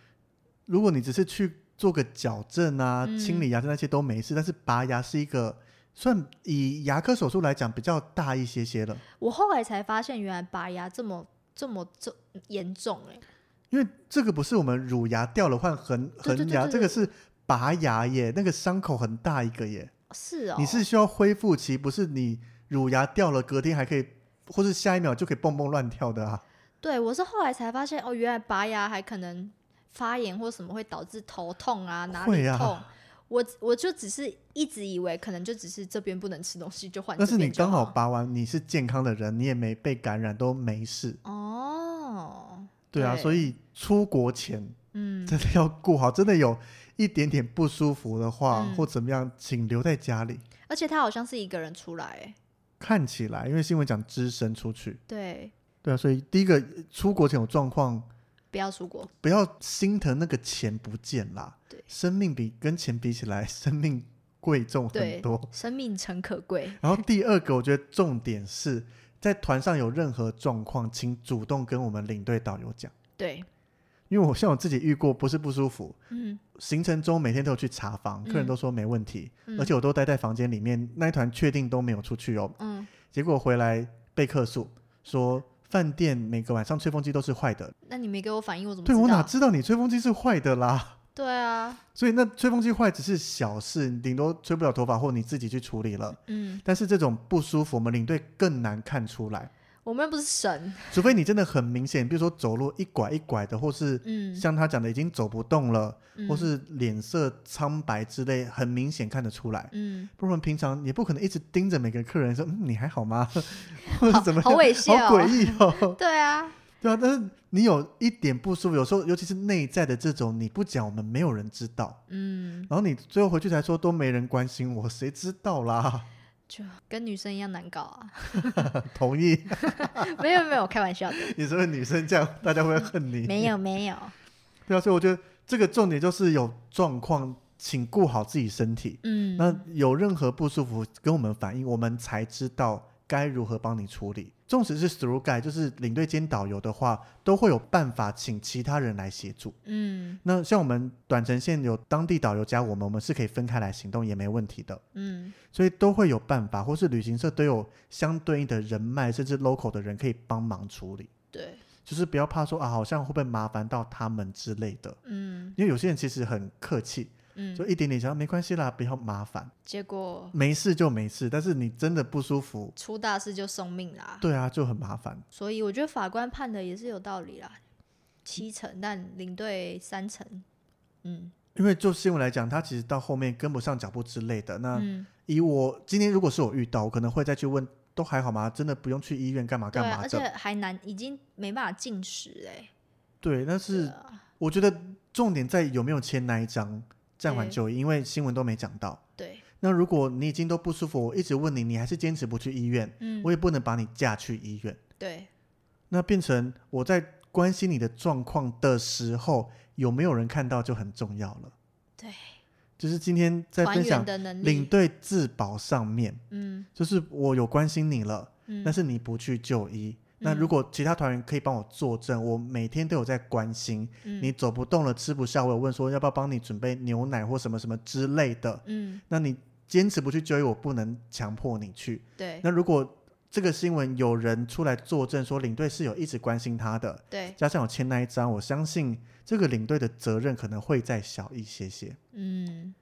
如果你只是去做个矫正啊、
嗯
清理牙齿那些都没事，但是拔牙是一个算以牙科手术来讲比较大一些些了。
我后来才发现，原来拔牙这么这么这严重哎。
因为这个不是我们乳牙掉了换恒
对对
恒
对
牙，
对
这个是拔牙耶，那个伤口很大一个耶。
是哦，
你是需要恢复期，不是你乳牙掉了，隔天还可以，或是下一秒就可以蹦蹦乱跳的啊。
对我是后来才发现哦，原来拔牙还可能发炎或什么会导致头痛啊，哪里
会啊
痛。我我就只是一直以为可能就只是这边不能吃东西哦就换这
但是
边就，
你刚好拔完，你是健康的人，你也没被感染，都没事。
哦，
对啊，所以出国前
嗯嗯，
真的要顾好，真的有一点点不舒服的话、
嗯
或怎么样，请留在家里。
而且他好像是一个人出来、欸，
看起来，因为新闻讲只身出去，
对，
对啊，所以第一个出国前有状况，
不要出国，
不要心疼那个钱不见啦。
对
生命比跟钱比起来，生命贵重很
对
多。
生命诚可贵，
然后第二个，我觉得重点是在团上有任何状况，请主动跟我们领队导游讲，
对，
因为我像我自己遇过，不是不舒服，
嗯，
行程中每天都有去查房，客人
嗯
都说没问题，
嗯
而且我都待在房间里面，那一团确定都没有出去哦。
嗯，
结果回来被客诉说。饭店每个晚上吹风机都是坏的，
那你没给我反应，我怎么
对
知
我哪
道？
知道你吹风机是坏的啦？
对啊，
所以那吹风机坏只是小事，你顶多吹不了头发或你自己去处理了。
嗯，
但是这种不舒服，我们领队更难看出来，
我们又不是神，
除非你真的很明显，比如说走路一拐一拐的，或是
嗯，
像他讲的已经走不动了，
嗯
或，是脸色苍白之类，很明显看得出来。 (laughs)
嗯，
不然平常也不可能一直盯着每个客人说：“嗯，你还好
(laughs)
吗？”或者怎么
好
样
猥亵
好诡
哦，
异哦， (laughs)
对啊，
对啊。但是你有一点不舒服，有时候尤其是内在的这种，你不讲，我们没有人知道。
嗯，
然后你最后回去才说都没人关心我，谁知道啦？ (laughs)
就跟女生一样难搞啊， (laughs)
同意， (laughs)
没有没有，开玩笑的，
你是不是女生这样，大家会恨你？
没，有没有，
对啊。所以我觉得这个重点就是有状况，请顾好自己身体。
嗯，
那有任何不舒服跟我们反映，我们才知道该如何帮你处理。纵使是 through guide，就是领队兼导游的话，都会有办法请其他人来协助。
嗯
那像我们短程线有当地导游加我们，我们是可以分开来行动，也没问题的。
嗯
所以都会有办法，或是旅行社都有相对应的人脉，甚至 local 的人可以帮忙处理。
对，
就是不要怕说啊，好像会不会麻烦到他们之类的，
嗯
因为有些人其实很客气，就
嗯，
一点点想啊没关系啦，不要麻烦。
结果
没事就没事，但是你真的不舒服，
出大事就送命啦，
对啊，就很麻烦。
所以我觉得法官判的也是有道理啦，七成，但领队三成，嗯
因为就新闻来讲，他其实到后面跟不上脚步之类的。那
嗯，
以我今天如果是我遇到，我可能会再去问，都还好吗？真的不用去医院干嘛
对
干
啊，
嘛
而
的？
且还难，已经没办法进食哎、
对，但
对
是
啊
我觉得重点在有没有签那一张暂缓
对
就医，因为新闻都没讲到。
对，
那如果你已经都不舒服，我一直问你，你还是坚持不去医院，
嗯
我，也不能把你架去医院。
对，
那变成我在关心你的状况的时候，有没有人看到就很重要了。
对，
就是今天在
还
分
原
享
的能
领
力，
队自保上面，
嗯
就是我有关心你了，
嗯，
但是你不去就医。那
嗯
如果其他团员可以帮我作证，我每天都有在关心
嗯
你，走不动了、吃不下，我有问说要不要帮你准备牛奶或什么什么之类的。
嗯，
那你坚持不去就医，我不能强迫你去。
对
那如果这个新闻有人出来作证说领队是有一直关心他的，
对，
加上有签那一张，我相信这个领队的责任可能会再小一些些。
嗯，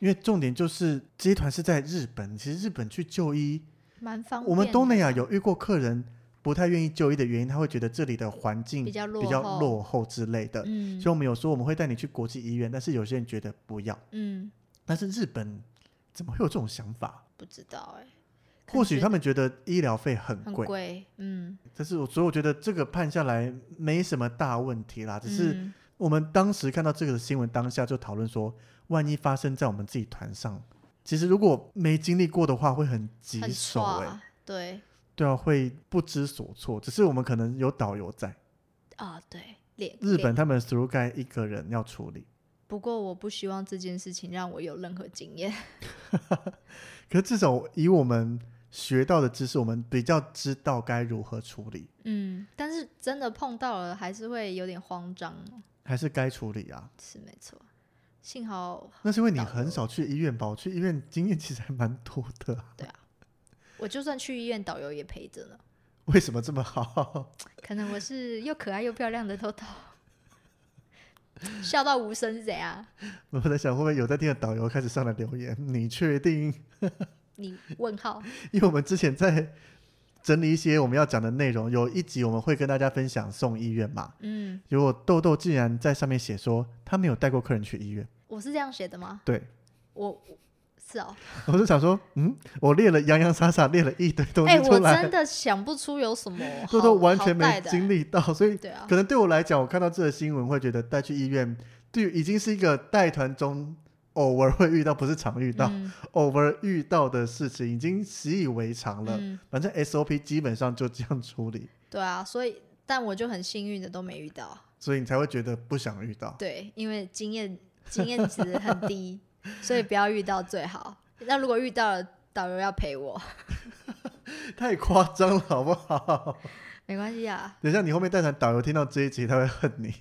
因为重点就是这一团是在日本，其实日本去就医，
蛮方便的。
我们东南亚有遇过客人不太愿意就医的原因，他会觉得这里的环境
比较落
比较
后
落后之类的。
嗯
所以我们有说我们会带你去国际医院，但是有些人觉得不要。
嗯，
但是日本怎么会有这种想法？
不知道哎、可能
或许
觉
他
得
们觉得医疗费很
很
贵，
贵，嗯，
但是我所以我觉得这个判下来没什么大问题啦，只是
嗯
我们当时看到这个新闻，当下就讨论说，万一发生在我们自己团上，其实如果没经历过的话，会很棘
很
手
爽
哎、
啊，对
对啊，会不知所措。只是我们可能有导游在，
啊，对，脸
日
脸
本他们 through guy 一个人要处理，
不过我不希望这件事情让我有任何经验。 (laughs)
可是至少以我们学到的知识，我们比较知道该如何处理，
嗯，但是真的碰到了，还是会有点慌张，
还是该处理啊。
是没错。幸好
那是因为你
导游
很少去医院吧？我去医院经验其实还蛮多的啊、
我就算去医院，导游也陪着呢。
为什么这么好？
可能我是又可爱又漂亮的豆豆， (laughs) 笑到无声是怎样？
我在想，会不会有在听的导游开始上来留言？ (laughs) 你确定？
你问号？
因为我们之前在整理一些我们要讲的内容，有一集我们会跟大家分享送医院嘛。
嗯，
结果豆豆竟然在上面写说他没有带过客人去医院，
我是这样写的吗？
对，
我是哦，
(laughs) 我就想说，嗯，我列了洋洋洒洒列了一堆东
哎、
西出
我
来，
真的想不出有什么好
这 (laughs) 都完全
好带
没
的
经历到，所以
对啊，
可能对我来讲，我看到这个新闻会觉得带去医院，对，已经是一个带团中偶尔会遇到，不是常遇到，
嗯
偶尔遇到的事情，已经习以为常了。
嗯，
反正 SOP 基本上就这样处理，
对啊，所以但我就很幸运的都没遇到，
所以你才会觉得不想遇到。
对，因为经验经验值很低，所以不要遇到最好。那如果遇到了，导游要陪我，
(laughs) 太夸张了，好不好？
没关系啊，
等一下你后面带团导游听到这一集，他会恨你。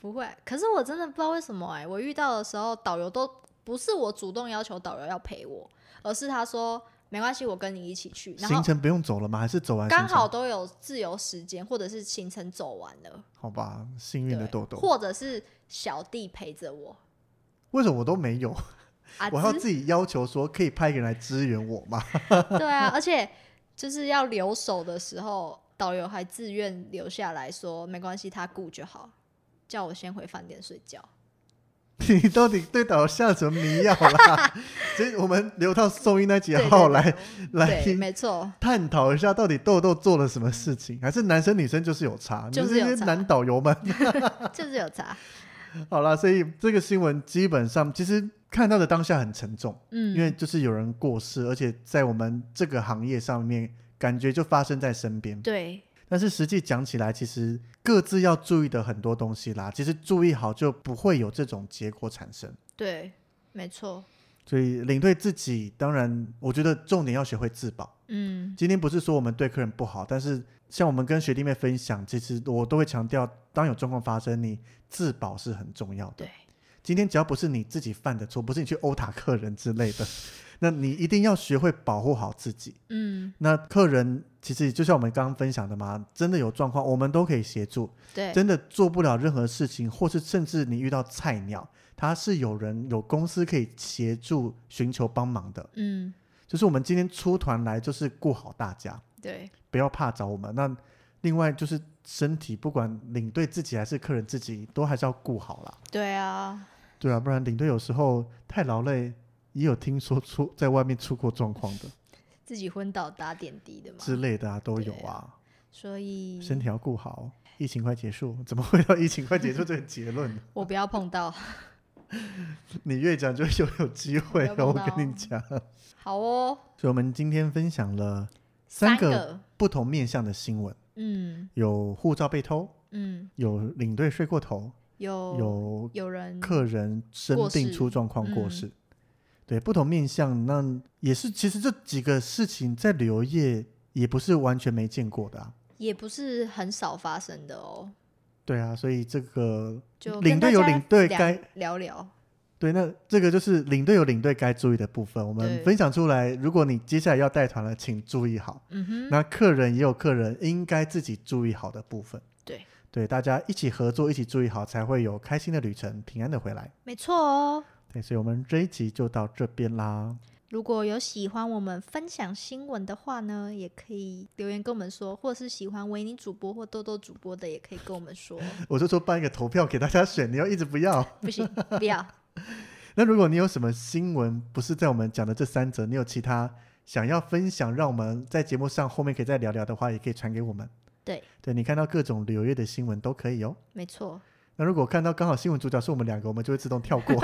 不会。可是我真的不知道为什么哎、我遇到的时候，导游都不是我主动要求导游要陪我，而是他说没关系，我跟你一起去，然
行
后
程不用走了吗？还是走完行
刚
程？
好都有自由时间，或者是行程走完了，
好吧，幸运的豆
对，
豆，
或者是小弟陪着我。
为什么我都没有？
阿
我还要
芝
自己要求说，可以派一个人来支援我吗？
对啊，而且就是要留守的时候，导游还自愿留下来说没关系，他顾就好，叫我先回饭店睡觉。
你到底对导游下什么迷药
(laughs)
啦？所以我们留到送医那集好好来来
对，对，没错，
探讨一下，到底豆豆做了什么事情？还是男生女生就是有差？
就是
你们这
有
些
差
男导游们。
就是有差。
好啦，所以这个新闻基本上其实看到的当下很沉重，
嗯，
因为就是有人过世，而且在我们这个行业上面，感觉就发生在身边。
对，
但是实际讲起来，其实各自要注意的很多东西啦，其实注意好就不会有这种结果产生。
对，没错，
所以领队自己，当然我觉得重点要学会自保。
嗯，
今天不是说我们对客人不好，但是像我们跟学弟妹分享，其实我都会强调，当有状况发生，你自保是很重要的
对。
今天只要不是你自己犯的错，不是你去殴打客人之类的， (laughs) 那你一定要学会保护好自己。
嗯，
那客人其实就像我们刚刚分享的嘛，真的有状况，我们都可以协助。
对，
真的做不了任何事情，或是甚至你遇到菜鸟，他是有人有公司可以协助寻求帮忙的。
嗯，
就是我们今天出团来，就是顾好大家，
对，
不要怕找我们。那另外就是身体，不管领队自己还是客人自己，都还是要顾好啦。
对啊，
对啊，不然领队有时候太劳累，也有听说出在外面出过状况的
自己昏倒打点滴的嘛，
之类的啊，都有
对
啊。
所以
身体要顾好，疫情快结束，怎么会到疫情快结束这个结论 (laughs) 呢？
我不要碰到。 (laughs)
你越讲就越有机会
不
了，
要
我
碰到
跟你讲。
好哦，
所以我们今天分享了
三
三个不同面向的新闻，
嗯
有护照被偷，
嗯，
有领队睡过头，哦
有
有
有人
客人生
过
病
世
出状况过
嗯
世。对，不同面向，那也是其实这几个事情在旅游业也不是完全没见过的啊。
也不是很少发生的哦。
对啊，所以这个
就
领队
跟大
有
家
领队
聊
该
聊聊，
对，那这个就是领队有领队该注意的部分，我们
对
分享出来。如果你接下来要带团了，请注意好。
嗯哼，
那客人也有客人应该自己注意好的部分。
对
对，大家一起合作，一起注意好，才会有开心的旅程，平安的回来。
没错哦。
对，所以我们这一集就到这边啦。
如果有喜欢我们分享新闻的话呢，也可以留言跟我们说，或是喜欢维尼主播或豆豆主播的，也可以跟我们说。 (laughs)
我就说办一个投票给大家选，你要一直不要。
不行，不要。
那如果你有什么新闻不是在我们讲的这三则，你有其他想要分享，让我们在节目上后面可以再聊聊的话，也可以传给我们。
对，
对你看到各种旅游业的新闻都可以哦。(laughs)
没错，
那如果看到刚好新闻主角是我们两个，我们就会自动跳
(laughs)
过。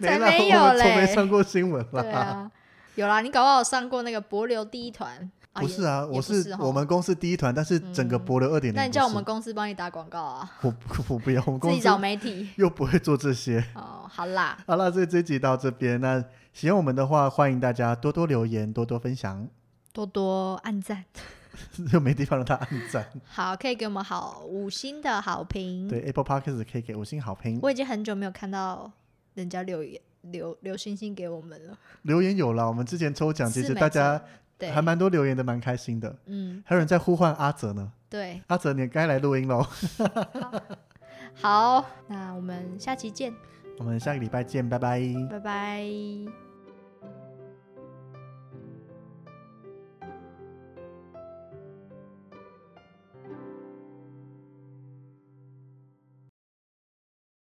才
啦
没有
我们从没
嘞
上过新闻啦。
对啊，有啦，你搞不好有上过那个柏流第一团，啊
不是啊，
也
我
不是
是
吼
我们公司第一团，但是整个
嗯
博流二点
也
零。
那你叫我们公司帮你打广告啊，
我我不要，我们
自
公
己
司
找媒体。
又不会做这些。
哦，好啦，
(laughs) 好了，这这集到这边。那喜欢我们的话，欢迎大家多多留言，多多分享， (laughs)
多多按赞，
又没地方让他按赞。
好，可以给我们好五星的好评。
对，Apple Podcast 可以给五星好评，
嗯我已经很久没有看到人家留言留留星星给我们了。
留言有了。我们之前抽奖，
是
其实
没
大家
错对，
还蛮多留言的，蛮开心的。
嗯，
还有人在呼唤阿泽呢，
对，
阿泽你该来录音喽。
好，那我们下期见，
我们下个礼拜见，拜拜。
拜拜。